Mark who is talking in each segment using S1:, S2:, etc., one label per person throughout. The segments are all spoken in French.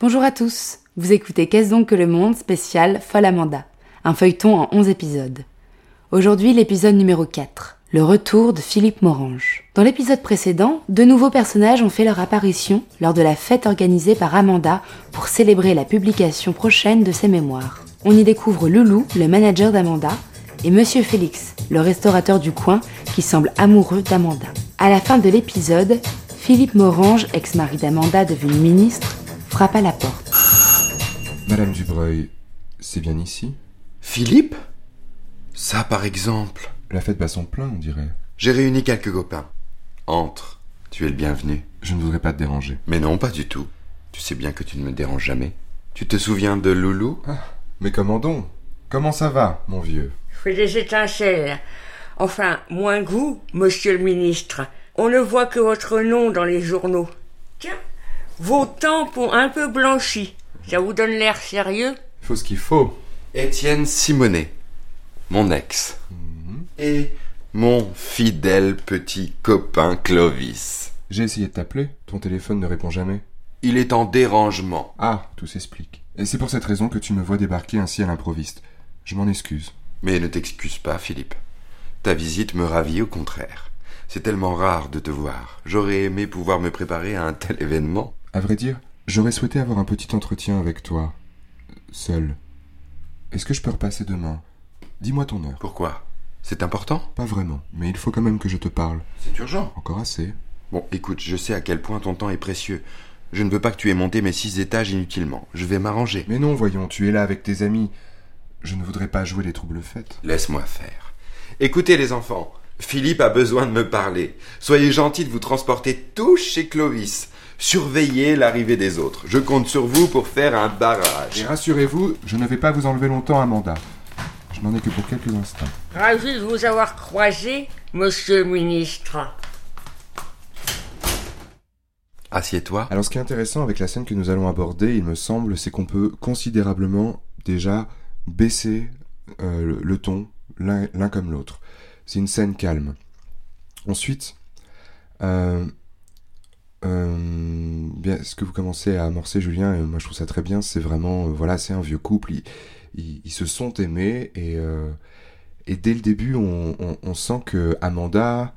S1: Bonjour à tous, vous écoutez Qu'est-ce donc que le monde spécial Folle Amanda, un feuilleton en 11 épisodes. Aujourd'hui l'épisode numéro 4, le retour de Philippe Morange. Dans l'épisode précédent, de nouveaux personnages ont fait leur apparition lors de la fête organisée par Amanda pour célébrer la publication prochaine de ses mémoires. On y découvre Loulou, le manager d'Amanda, et Monsieur Félix, le restaurateur du coin qui semble amoureux d'Amanda. À la fin de l'épisode, Philippe Morange, ex-mari d'Amanda devenu ministre, frappe à la porte.
S2: Madame Dubreuil, c'est bien ici
S3: Philippe Ça, par exemple.
S2: La fête bat son plein, on dirait.
S3: J'ai réuni quelques copains. Entre, tu es le bienvenu.
S2: Je ne voudrais pas te déranger.
S3: Mais non, pas du tout. Tu sais bien que tu ne me déranges jamais. Tu te souviens de Loulou
S2: Mais comment donc Comment ça va, mon vieux
S4: Je fais des étincelles. Enfin, moins goût, monsieur le ministre. On ne voit que votre nom dans les journaux. Tiens, vos tempes ont un peu blanchi. Ça vous donne l'air sérieux
S2: Il faut ce qu'il faut.
S3: Étienne Simonet, mon ex. Et mon fidèle petit copain Clovis.
S2: J'ai essayé de t'appeler, ton téléphone ne répond jamais.
S3: Il est en dérangement.
S2: Ah, tout s'explique. Et c'est pour cette raison que tu me vois débarquer ainsi à l'improviste. Je m'en excuse.
S3: Mais ne t'excuse pas, Philippe. Ta visite me ravit au contraire. C'est tellement rare de te voir. J'aurais aimé pouvoir me préparer à un tel événement.
S2: À vrai dire, j'aurais souhaité avoir un petit entretien avec toi. Seul. Est-ce que je peux repasser demain Dis-moi ton heure.
S3: Pourquoi C'est important
S2: Pas vraiment, mais il faut quand même que je te parle.
S3: C'est urgent.
S2: Encore assez.
S3: Bon, écoute, je sais à quel point ton temps est précieux. Je ne veux pas que tu aies monté mes six étages inutilement. Je vais m'arranger.
S2: Mais non, voyons, tu es là avec tes amis. Je ne voudrais pas jouer les troubles faites.
S3: Laisse-moi faire. Écoutez les enfants, Philippe a besoin de me parler. Soyez gentils de vous transporter tous chez Clovis. Surveillez l'arrivée des autres. Je compte sur vous pour faire un
S2: Et
S3: barrage.
S2: rassurez-vous, je ne vais pas vous enlever longtemps, Amanda. Je n'en ai que pour quelques instants.
S4: Ravi de vous avoir croisé, monsieur le ministre.
S3: Assieds-toi.
S2: Alors ce qui est intéressant avec la scène que nous allons aborder, il me semble, c'est qu'on peut considérablement déjà baisser euh, le- le ton l'un l'un comme l'autre. C'est une scène calme. Ensuite, euh, euh, bien, ce que vous commencez à amorcer, Julien, et moi je trouve ça très bien, c'est vraiment, euh, voilà, c'est un vieux couple, ils, ils- ils se sont aimés, et, euh, et dès le début, on, on- on sent que Amanda...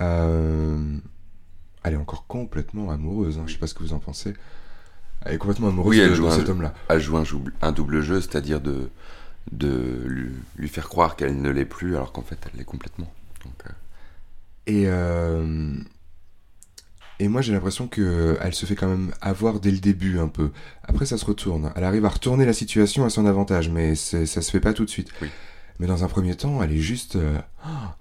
S2: euh, elle est encore complètement amoureuse. Hein. Je sais pas ce que vous en pensez. Elle est complètement amoureuse
S3: Oui, elle
S2: de,
S3: joue
S2: de
S3: un-
S2: cet homme-là.
S3: Elle joue un, jou- un double jeu, c'est-à-dire de, de lui, lui faire croire qu'elle ne l'est plus, alors qu'en fait, elle l'est complètement. Donc, euh,
S2: Et euh, et moi j'ai l'impression que euh, elle se fait quand même avoir dès le début un peu. Après ça se retourne. Elle arrive à retourner la situation à son avantage, mais c'est- ça se fait pas tout de suite.
S3: Oui.
S2: Mais dans un premier temps, elle est juste, euh, ah,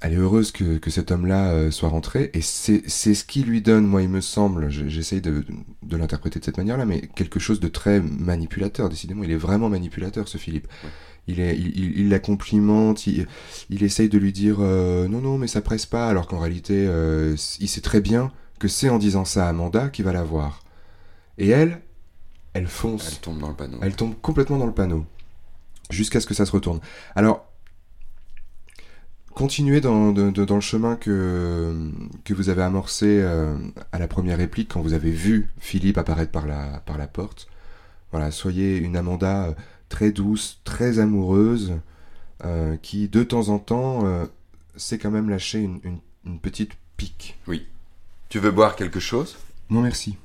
S2: elle est heureuse que, que cet homme-là euh, soit rentré. Et c'est c'est ce qui lui donne, moi il me semble, j- j'essaye de, de l'interpréter de cette manière-là, mais quelque chose de très manipulateur. Décidément, il est vraiment manipulateur ce Philippe.
S3: Ouais.
S2: Il, est, il, il- il la complimente, il, il essaye de lui dire euh, non non mais ça presse pas alors qu'en réalité euh, il sait très bien que c'est en disant ça à Amanda qu'il va la voir et elle elle
S3: elle
S2: fonce
S3: tombe dans le panneau.
S2: elle tombe complètement dans le panneau jusqu'à ce que ça se retourne alors continuez dans, de- de- dans le chemin que, que vous avez amorcé euh, à la première réplique quand vous avez vu Philippe apparaître par la, par la porte voilà soyez une Amanda euh, très douce très amoureuse euh, qui de temps en temps euh, sait quand même lâcher une, une- une petite pique.
S3: Tu veux boire quelque chose
S2: Non merci.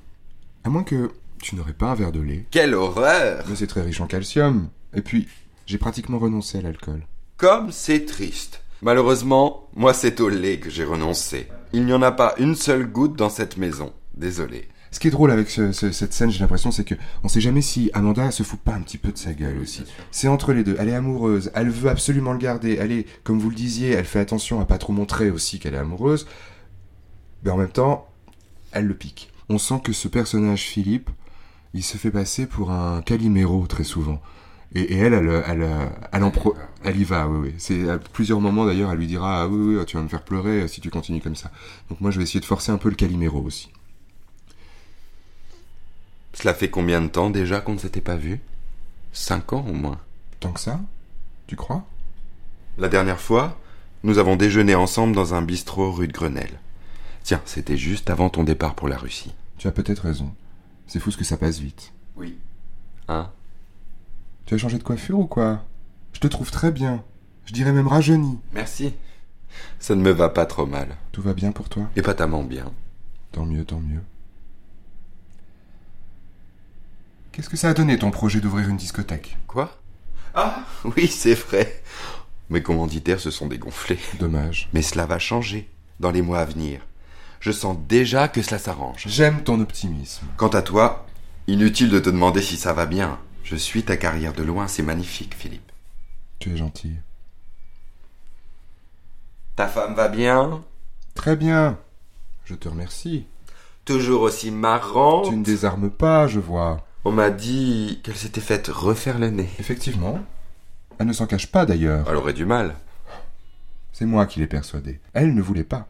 S2: À moins que tu n'aurais pas un verre de lait.
S3: Quelle horreur
S2: Mais c'est très riche en calcium. Et puis, j'ai pratiquement renoncé à l'alcool.
S3: Comme c'est triste. Malheureusement, moi c'est au lait que j'ai renoncé. Il n'y en a pas une seule goutte dans cette maison. Désolé.
S2: Ce qui est drôle avec ce- ce- cette scène, j'ai l'impression, c'est que on sait jamais si Amanda se fout pas un petit peu de sa gueule aussi. C'est entre les deux. Elle est amoureuse, elle veut absolument le garder. Elle est, comme vous le disiez, elle fait attention à pas trop montrer aussi qu'elle est amoureuse. Mais en même temps, elle le pique. On sent que ce personnage Philippe, il se fait passer pour un Calimero très souvent. Et, et elle, elle, elle, elle, elle en pro- elle y va, oui, oui. C'est à plusieurs moments d'ailleurs, elle lui dira, ah oui, oui, tu vas me faire pleurer euh, si tu continues comme ça. Donc moi, je vais essayer de forcer un peu le Calimero aussi.
S3: Cela fait combien de temps déjà qu'on ne s'était pas vu Cinq ans au moins.
S2: Tant que ça Tu crois
S3: La dernière fois, nous avons déjeuné ensemble dans un bistrot rue de Grenelle. Tiens, c'était juste avant ton départ pour la Russie.
S2: Tu as peut-être raison. C'est fou ce que ça passe vite.
S3: Oui.
S5: Hein
S2: Tu as changé de coiffure ou quoi Je te trouve très bien. Je dirais même rajeuni.
S3: Merci. Ça ne me va pas trop mal.
S2: Tout va bien pour toi
S3: Épatamment bien.
S2: Tant mieux, tant mieux. Qu'est-ce que ça a donné ton projet d'ouvrir une discothèque
S3: Quoi Ah oui, c'est vrai. Mes commanditaires se sont dégonflés.
S2: Dommage.
S3: Mais cela va changer dans les mois à venir. Je sens déjà que cela s'arrange.
S2: J'aime ton optimisme.
S3: Quant à toi, inutile de te demander si ça va bien. Je suis ta carrière de loin, c'est magnifique, Philippe.
S2: Tu es gentil.
S3: Ta femme va bien
S2: Très bien. Je te remercie.
S3: Toujours aussi marrante
S2: Tu ne désarmes pas, je vois.
S3: On m'a dit qu'elle s'était faite refaire le nez.
S2: Effectivement. Elle ne s'en cache pas d'ailleurs.
S3: Elle aurait du mal.
S2: C'est moi qui l'ai persuadée. Elle ne voulait pas.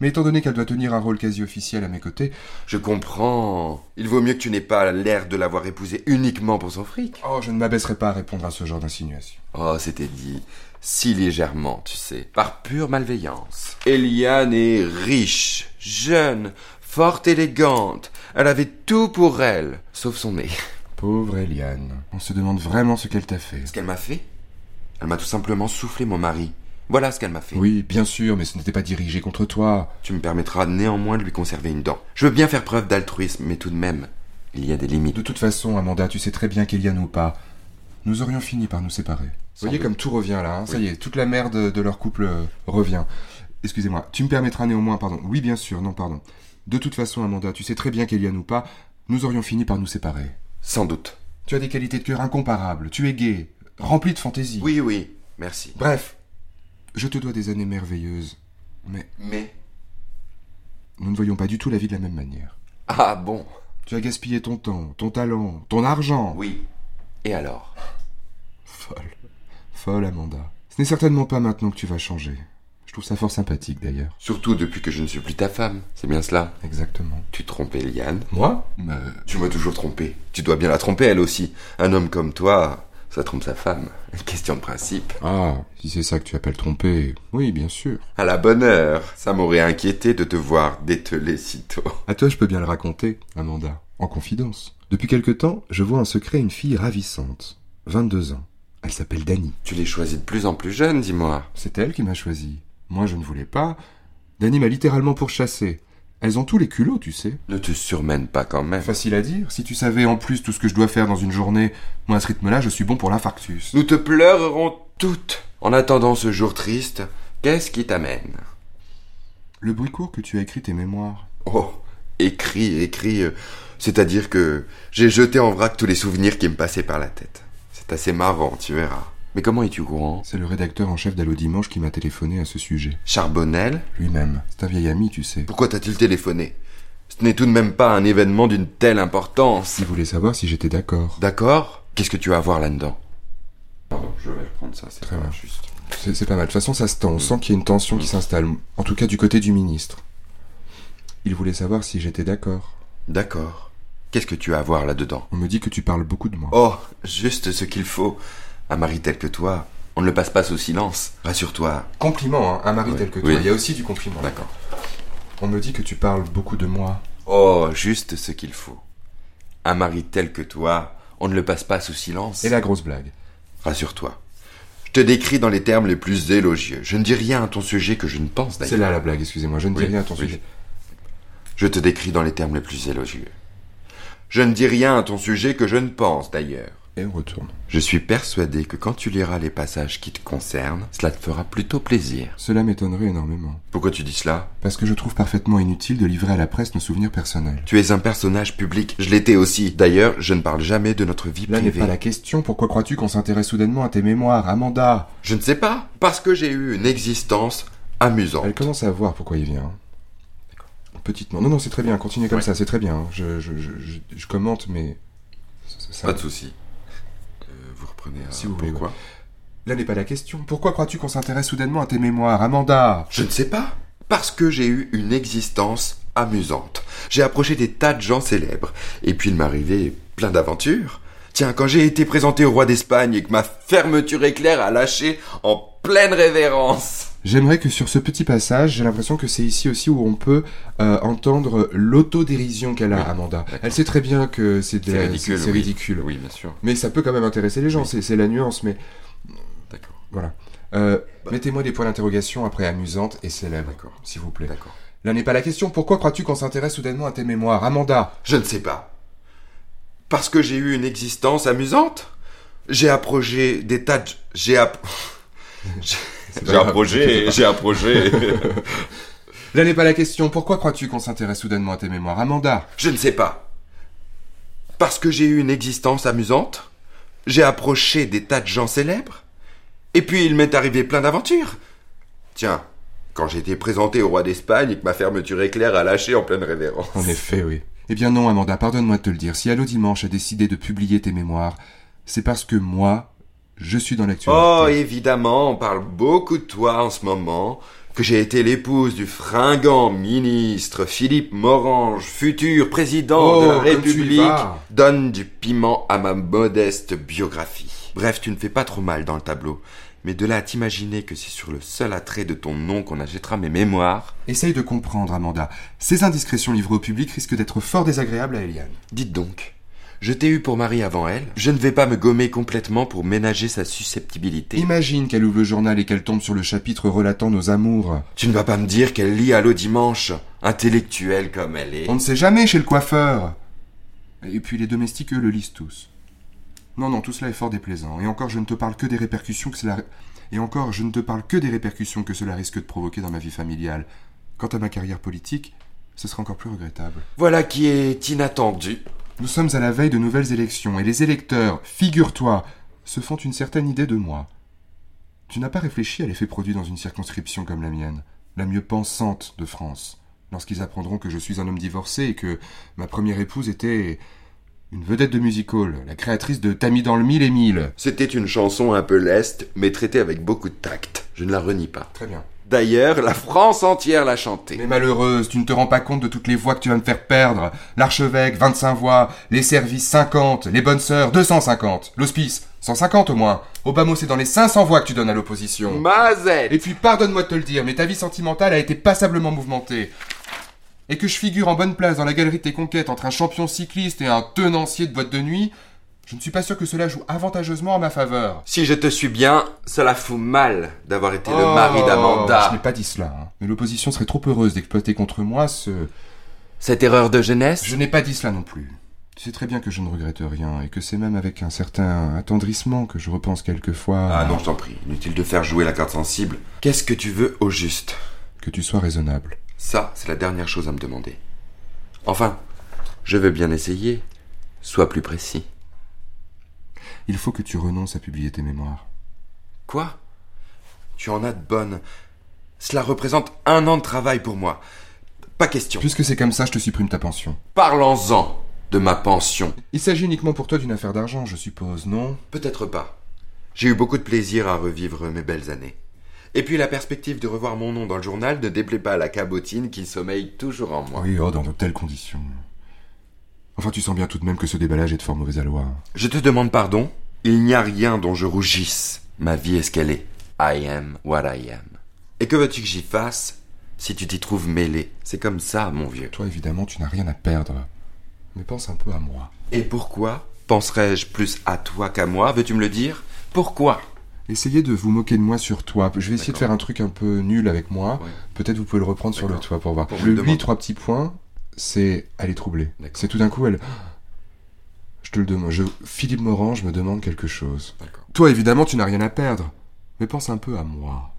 S2: Mais étant donné qu'elle doit tenir un rôle quasi officiel à mes côtés,
S3: Je comprends. Il vaut mieux que tu n'aies pas l'air de l'avoir épousée uniquement pour son fric.
S2: oh, je ne m'abaisserai pas à répondre à ce genre d'insinuation.
S3: Oh, c'était dit si légèrement, tu sais, par pure malveillance. Eliane est riche, jeune, fort élégante. Elle avait tout pour elle, sauf son nez.
S2: Pauvre Eliane. On se demande vraiment ce qu'elle t'a fait.
S3: Ce qu'elle m'a fait Elle m'a tout simplement soufflé mon mari. Voilà ce qu'elle m'a fait.
S2: Oui, bien sûr, mais ce n'était pas dirigé contre toi.
S3: Tu me permettras néanmoins de lui conserver une dent. Je veux bien faire preuve d'altruisme, mais tout de même, il y a des limites.
S2: De toute façon, Amanda, tu sais très bien qu'Eliane ou pas, nous aurions fini par nous séparer. Vous voyez
S3: doute.
S2: comme tout revient là, hein, ça y est, toute la merde de leur couple euh, revient. Excusez-moi, tu me permettras néanmoins, pardon, oui bien sûr, non pardon. De toute façon, Amanda, tu sais très bien qu'Eliane ou pas, nous aurions fini par nous séparer.
S3: Sans doute.
S2: Tu as des qualités de cœur incomparables, tu es gai, rempli de fantaisie.
S3: Oui, oui, merci.
S2: Bref, je te dois des années merveilleuses, mais
S3: Mais.
S2: nous ne voyons pas du tout la vie de la même manière.
S3: Ah bon
S2: Tu as gaspillé ton temps, ton talent, ton argent.
S3: Oui. Et alors
S2: Folle. Folle, Amanda. Ce n'est certainement pas maintenant que tu vas changer. Je trouve ça fort sympathique d'ailleurs.
S3: Surtout depuis que je ne suis plus ta femme. C'est bien cela
S2: Exactement.
S3: Tu trompes Eliane
S2: Moi
S3: Euh, Tu m'as toujours trompé. Tu dois bien la tromper elle aussi. Un homme comme toi, ça trompe sa femme. Question de principe.
S2: Ah, si c'est ça que tu appelles tromper, oui, bien sûr.
S3: À la bonne heure. Ça m'aurait inquiété de te voir dételé si tôt.
S2: À toi, je peux bien le raconter, Amanda. En confidence. Depuis quelque temps, je vois en secret une fille ravissante. 22 ans. Elle s'appelle Dani.
S3: Tu l'es choisie de plus en plus jeune, dis-moi.
S2: C'est elle qui m'a choisi. Moi, je ne voulais pas. Dani m'a littéralement pourchassé. Elles ont tous les culots, tu sais.
S3: Ne te surmène pas quand même.
S2: Facile à dire. Si tu savais en plus tout ce que je dois faire dans une journée, moi, à ce rythme-là, je suis bon pour l'infarctus.
S3: Nous te pleurerons toutes. En attendant ce jour triste, qu'est-ce qui t'amène
S2: Le bruit court que tu as écrit tes mémoires.
S3: Oh, écrit, écrit. euh, C'est-à-dire que j'ai jeté en vrac tous les souvenirs qui me passaient par la tête. C'est assez marrant, tu verras. Mais comment es-tu au courant
S2: C'est le rédacteur en chef d'Allo Dimanche qui m'a téléphoné à ce sujet.
S3: Charbonnel
S2: Lui-même. C'est un vieil ami, tu sais.
S3: Pourquoi t'a-t-il téléphoné Ce n'est tout de même pas un événement d'une telle importance.
S2: Il voulait savoir si j'étais d'accord.
S3: D'accord Qu'est-ce que tu vas voir là-dedans Pardon, je vais reprendre ça, c'est
S2: Très pas bien.
S3: juste.
S2: C'est c'est pas mal. De toute façon, ça se tend. On sent qu'il y a une tension qui s'installe. En tout cas, du côté du ministre. Il voulait savoir si j'étais d'accord.
S3: D'accord. Qu'est-ce que tu as à voir là-dedans
S2: On me dit que tu parles beaucoup de moi.
S3: Oh, juste ce qu'il faut. Un mari tel que toi, on ne le passe pas sous silence. Rassure-toi.
S2: Compliment, hein, un mari
S3: Oui.
S2: tel que
S3: Oui.
S2: toi. Il y a aussi du compliment. D'accord. On me dit que tu parles beaucoup de moi.
S3: Oh, juste ce qu'il faut. Un mari tel que toi, on ne le passe pas sous silence.
S2: Et la grosse blague.
S3: Rassure-toi. Je te décris dans les termes les plus élogieux. Je ne dis rien à ton sujet que je ne pense
S2: C'est
S3: d'ailleurs.
S2: là la blague, excusez-moi. Je ne
S3: Oui,
S2: dis rien à ton
S3: oui.
S2: sujet.
S3: Je te décris dans les termes les plus élogieux. Je ne dis rien à ton sujet que je ne pense d'ailleurs.
S2: Et on retourne.
S3: Je suis persuadé que quand tu liras les passages qui te concernent, cela te fera plutôt plaisir.
S2: Cela m'étonnerait énormément.
S3: Pourquoi tu dis cela
S2: Parce que je trouve parfaitement inutile de livrer à la presse nos souvenirs personnels.
S3: Tu es un personnage public, je l'étais aussi. D'ailleurs, je ne parle jamais de notre vie
S2: Là n'est
S3: privée.
S2: pas la question. Pourquoi crois-tu qu'on s'intéresse soudainement à tes mémoires, Amanda
S3: Je ne sais pas, parce que j'ai eu une existence amusante.
S2: Elle commence à voir pourquoi il vient. Petitement. Non, non, c'est très bien. Continuez comme ça, c'est très bien. Je, je, je, je, je commente, mais. ça- ça- ça-
S3: Pas de souci. Euh, vous reprenez à...
S2: Si vous voulez,
S3: Pourquoi
S2: Là n'est pas la question. Pourquoi crois-tu qu'on s'intéresse soudainement à tes mémoires, Amanda
S3: Je ne sais pas. Parce que j'ai eu une existence amusante. J'ai approché des tas de gens célèbres. Et puis il m'arrivait plein d'aventures. Tiens, quand j'ai été présenté au roi d'Espagne et que ma fermeture éclair a lâché en pleine révérence.
S2: J'aimerais que sur ce petit passage, j'ai l'impression que c'est ici aussi où on peut euh, entendre l'autodérision qu'elle a,
S3: Oui,
S2: Amanda.
S3: d'accord.
S2: Elle sait très bien que c'est de
S3: Euh, C'est
S2: la-
S3: ridicule.
S2: c'est
S3: oui.
S2: ridicule.
S3: Oui, bien sûr.
S2: Mais ça peut quand même intéresser les gens, c'est- c'est la nuance. Mais
S3: D'accord.
S2: voilà. Euh, Mettez-moi des points d'interrogation après amusante et célèbre, s'il vous plaît.
S3: Bah. D'accord.
S2: Là n'est pas la question. Pourquoi crois-tu qu'on s'intéresse soudainement à tes mémoires, Amanda
S3: Je ne sais pas. Parce que j'ai eu une existence amusante. J'ai approché des tas de... J'ai app- J'ai-
S2: pas
S3: J'ai
S2: grave,
S3: approché, j'ai approché.
S2: Là n'est pas la question. Pourquoi crois-tu qu'on s'intéresse soudainement à tes mémoires, Amanda
S3: Je ne sais pas. Parce que j'ai eu une existence amusante. J'ai approché des tas de gens célèbres. Et puis il m'est arrivé plein d'aventures. Tiens, quand j'ai été présenté au roi d'Espagne et que ma fermeture éclair a lâché en pleine révérence.
S2: En effet, oui. Eh bien non, Amanda, pardonne-moi de te le dire. Si Allo Dimanche a décidé de publier tes mémoires, c'est parce que moi, je suis dans l'actualité.
S3: Oh, évidemment, on parle beaucoup de toi en ce moment, que j'ai été l'épouse du fringant ministre Philippe Morange, futur président
S2: Oh,
S3: de la
S2: comme tu y
S3: République,
S2: vas.
S3: donne du piment à ma modeste biographie. Bref, tu ne fais pas trop mal dans le tableau, mais de là à t'imaginer que c'est sur le seul attrait de ton nom qu'on achètera mes mémoires,
S2: Essaye de comprendre, Amanda. Ces indiscrétions livrées au public risquent d'être fort désagréables à Eliane.
S3: dites donc. Je t'ai eu pour mari avant elle. Je ne vais pas me gommer complètement pour ménager sa susceptibilité.
S2: Imagine qu'elle ouvre le journal et qu'elle tombe sur le chapitre relatant nos amours.
S3: Tu ne vas pas me dire qu'elle lit Allô Dimanche, intellectuelle comme elle est.
S2: On ne sait jamais chez le coiffeur. Et puis les domestiques, eux, le lisent tous. Non, non, tout cela est fort déplaisant. Et encore, je ne te parle que des répercussions que cela... Et encore, je ne te parle que des répercussions que cela risque de provoquer dans ma vie familiale. Quant à ma carrière politique, ce sera encore plus regrettable.
S3: Voilà qui est inattendu.
S2: Nous sommes à la veille de nouvelles élections, et les électeurs, figure-toi, se font une certaine idée de moi. Tu n'as pas réfléchi à l'effet produit dans une circonscription comme la mienne, la mieux pensante de France, lorsqu'ils apprendront que je suis un homme divorcé et que ma première épouse était une vedette de music-hall, la créatrice de Tammy dans le mille et mille.
S3: C'était une chanson un peu leste, mais traitée avec beaucoup de tact. Je ne la renie pas.
S2: Très bien.
S3: D'ailleurs, la France entière l'a chantée.
S2: Mais malheureuse, tu ne te rends pas compte de toutes les voix que tu vas me faire perdre. L'archevêque, 25 voix, les services, 50, les bonnes sœurs, 250, l'hospice, 150 au moins. Obama, c'est dans les 500 voix que tu donnes à l'opposition.
S3: Mazette
S2: Et puis pardonne-moi de te le dire, mais ta vie sentimentale a été passablement mouvementée. Et que je figure en bonne place dans la galerie de tes conquêtes entre un champion cycliste et un tenancier de boîte de nuit, je ne suis pas sûr que cela joue avantageusement en ma faveur.
S3: Si je te suis bien, cela fout mal d'avoir été le
S2: Oh,
S3: mari
S2: Je n'ai
S3: d'Amanda.
S2: pas dit cela, hein. mais l'opposition serait trop heureuse d'exploiter contre moi ce...
S3: Cette erreur de jeunesse
S2: Je n'ai pas dit cela non plus. Tu sais très bien que je ne regrette rien, et que c'est même avec un certain attendrissement que je repense quelquefois
S3: Ah non, je t'en prie, inutile de faire jouer la carte sensible. Qu'est-ce que tu veux au juste
S2: que tu sois raisonnable.
S3: Ça, c'est la dernière chose à me demander. Enfin, je veux bien essayer. Sois plus précis.
S2: Il faut que tu renonces à publier tes mémoires.
S3: Quoi Tu en as de bonnes. Cela représente un an de travail pour moi. Pas question.
S2: Puisque c'est comme ça, je te supprime ta pension.
S3: Parlons-en de ma pension.
S2: Il s'agit uniquement pour toi d'une affaire d'argent, je suppose, non
S3: Peut-être pas. J'ai eu beaucoup de plaisir à revivre mes belles années. Et puis la perspective de revoir mon nom dans le journal ne déplaît pas à la cabotine qui sommeille toujours en moi.
S2: Oui, oh, dans de telles conditions. Enfin, tu sens bien tout de même que ce déballage est de fort mauvaise aloi.
S3: Je te demande pardon. Il n'y a rien dont je rougisse. Ma vie est ce qu'elle est. I am what I am. Et que veux-tu que j'y fasse si tu t'y trouves mêlé C'est comme ça, mon vieux.
S2: Toi, évidemment, tu n'as rien à perdre. Mais pense un peu à moi.
S3: Et pourquoi penserais-je plus à toi qu'à moi Veux-tu me le dire Pourquoi
S2: Essayez de vous moquer de moi sur toi. Je vais essayer de faire un truc un peu nul avec moi.
S3: Ouais.
S2: Peut-être vous pouvez le reprendre sur le
S3: D'accord.
S2: toit pour voir.
S3: Pour me
S2: le
S3: demander.
S2: 8, trois petits points, c'est elle est troublée.
S3: D'accord.
S2: C'est tout d'un coup, elle. Je te le demande. Je... Philippe Morange me demande quelque chose.
S3: D'accord.
S2: Toi, évidemment, tu n'as rien à perdre. Mais pense un peu à moi.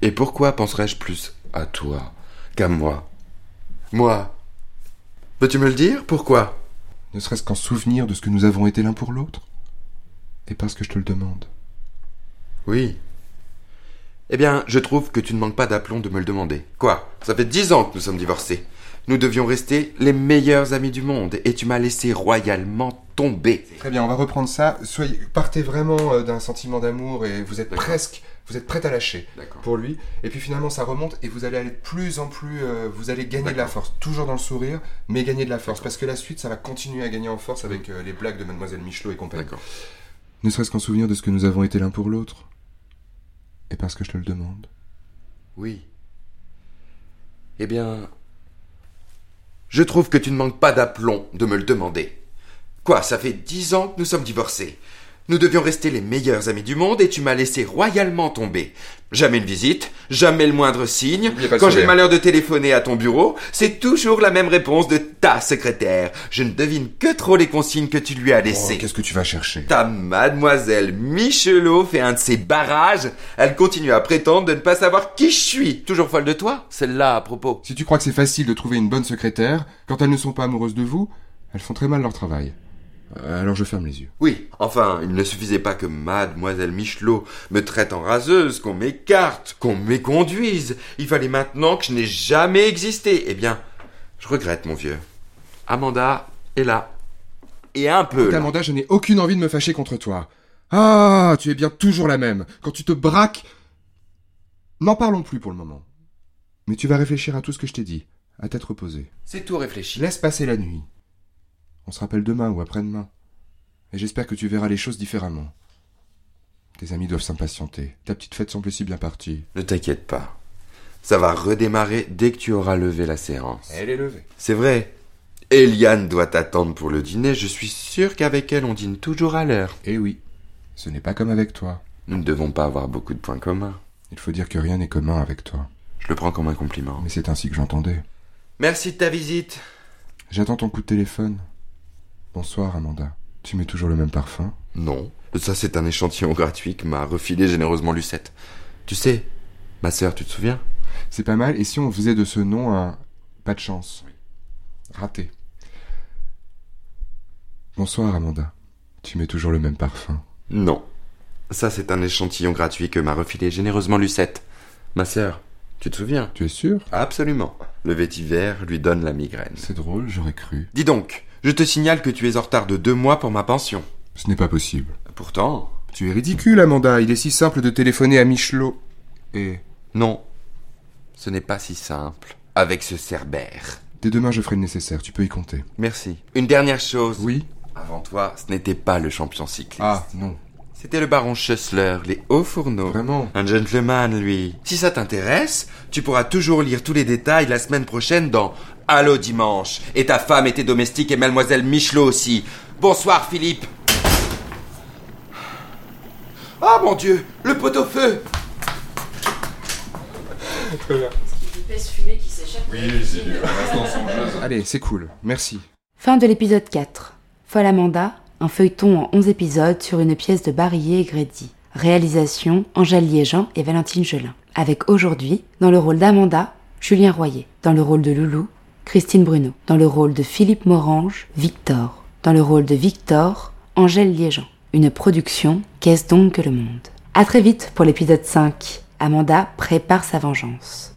S3: Et pourquoi penserais-je plus à toi qu'à moi Moi Peux-tu me le dire Pourquoi
S2: ne serait-ce qu'en souvenir de ce que nous avons été l'un pour l'autre Et parce que je te le demande.
S3: Oui. Eh bien, je trouve que tu ne manques pas d'aplomb de me le demander. Quoi Ça fait dix ans que nous sommes divorcés. Nous devions rester les meilleurs amis du monde, et tu m'as laissé royalement tomber.
S2: Très bien, on va reprendre ça. Soyez, partez vraiment euh, d'un sentiment d'amour et vous êtes
S3: D'accord.
S2: presque, vous êtes prête à lâcher
S3: D'accord.
S2: pour lui. Et puis finalement, ça remonte et vous allez aller de plus en plus, euh, vous allez gagner de la force, toujours dans le sourire, mais gagner de la force parce que la suite, ça va continuer à gagner en force avec euh, les blagues de Mademoiselle Michelot et compagnie.
S3: D'accord.
S2: Ne serait-ce qu'en souvenir de ce que nous avons été l'un pour l'autre. Et parce que je te le demande.
S3: Oui. Eh bien, je trouve que tu ne manques pas d'aplomb de me le demander. Quoi, ça fait dix ans que nous sommes divorcés. Nous devions rester les meilleurs amis du monde et tu m'as laissé royalement tomber. Jamais une visite, jamais le moindre signe.
S2: N'oubliez pas le
S3: Quand j'ai
S2: sourire.
S3: le malheur de téléphoner à ton bureau, c'est toujours la même réponse de ta secrétaire. Je ne devine que trop les consignes que tu lui as
S2: Oh,
S3: laissées.
S2: Qu'est-ce que tu vas chercher
S3: Ta mademoiselle Michelot fait un de ses barrages. Elle continue à prétendre de ne pas savoir qui je suis. Toujours folle de toi, celle-là à propos.
S2: Si tu crois que c'est facile de trouver une bonne secrétaire, quand elles ne sont pas amoureuses de vous, elles font très mal leur travail. Euh, Alors je ferme les yeux.
S3: Oui, enfin, il ne suffisait pas que mademoiselle Michelot me traite en raseuse, qu'on m'écarte, qu'on méconduise. Il fallait maintenant que je n'ai jamais existé. Eh bien, je regrette, mon vieux. Amanda est là. Et un peu.
S2: Écoute,
S3: là.
S2: Amanda, je n'ai aucune envie de me fâcher contre toi. Ah, tu es bien toujours la même. Quand tu te braques... N'en parlons plus pour le moment. Mais tu vas réfléchir à tout ce que je t'ai dit, à tête reposée.
S3: C'est tout réfléchi.
S2: Laisse passer la nuit. On se rappelle demain ou après-demain. Et j'espère que tu verras les choses différemment. Tes amis doivent s'impatienter. Ta petite fête semble si bien partie.
S3: Ne t'inquiète pas. Ça va redémarrer dès que tu auras levé la séance.
S2: Elle est levée.
S3: C'est vrai. Eliane doit t'attendre pour le dîner. Je suis sûr qu'avec elle, on dîne toujours à l'heure.
S2: Eh oui. Ce n'est pas comme avec toi.
S3: Nous ne devons pas avoir beaucoup de points communs.
S2: Il faut dire que rien n'est commun avec toi.
S3: Je le prends comme un compliment.
S2: Mais c'est ainsi que j'entendais.
S3: Merci de ta visite.
S2: J'attends ton coup de téléphone. Bonsoir, Amanda. Tu mets toujours le même parfum
S3: Non. Ça, c'est un échantillon gratuit que m'a refilé généreusement Lucette. Tu sais, ma sœur, tu te souviens
S2: C'est pas mal. Et si on faisait de ce nom un pas de chance Raté. Bonsoir, Amanda. Tu mets toujours le même parfum.
S3: Non. Ça, c'est un échantillon gratuit que m'a refilé généreusement Lucette. Ma sœur, tu te souviens
S2: Tu es sûr
S3: Absolument. Le vétiver lui donne la migraine.
S2: C'est drôle, j'aurais cru.
S3: Dis donc, je te signale que tu es en retard de deux mois pour ma pension.
S2: Ce n'est pas possible.
S3: Pourtant,
S2: Tu es ridicule, Amanda. Il est si simple de téléphoner à Michelot. Et
S3: Non, ce n'est pas si simple. Avec ce cerbère.
S2: dès demain, je ferai le nécessaire. Tu peux y compter.
S3: Merci. Une dernière chose.
S2: Oui
S3: Avant toi, ce n'était pas le champion cycliste.
S2: Ah, non.
S3: C'était le baron Schussler, les hauts fourneaux.
S2: Vraiment
S3: Un gentleman, lui. Si ça t'intéresse, tu pourras toujours lire tous les détails la semaine prochaine dans Allô dimanche. Et ta femme était domestique et mademoiselle Michelot aussi. Bonsoir, Philippe. Ah mon Dieu, le pot-au-feu
S2: Allez, c'est cool. Merci.
S1: Fin de l'épisode 4. Folle Amanda, un feuilleton en 11 épisodes sur une pièce de Barillet et Grédy. Réalisation Angèle Liégeant et Valentine Gelin. Avec aujourd'hui, dans le rôle d'Amanda, Julien Royer. Dans le rôle de Loulou, Christine Bruno. Dans le rôle de Philippe Morange, Victor. Dans le rôle de Victor, Angèle Liégeant. Une production Qu'est-ce donc que le monde À très vite pour l'épisode 5. Amanda prépare sa vengeance.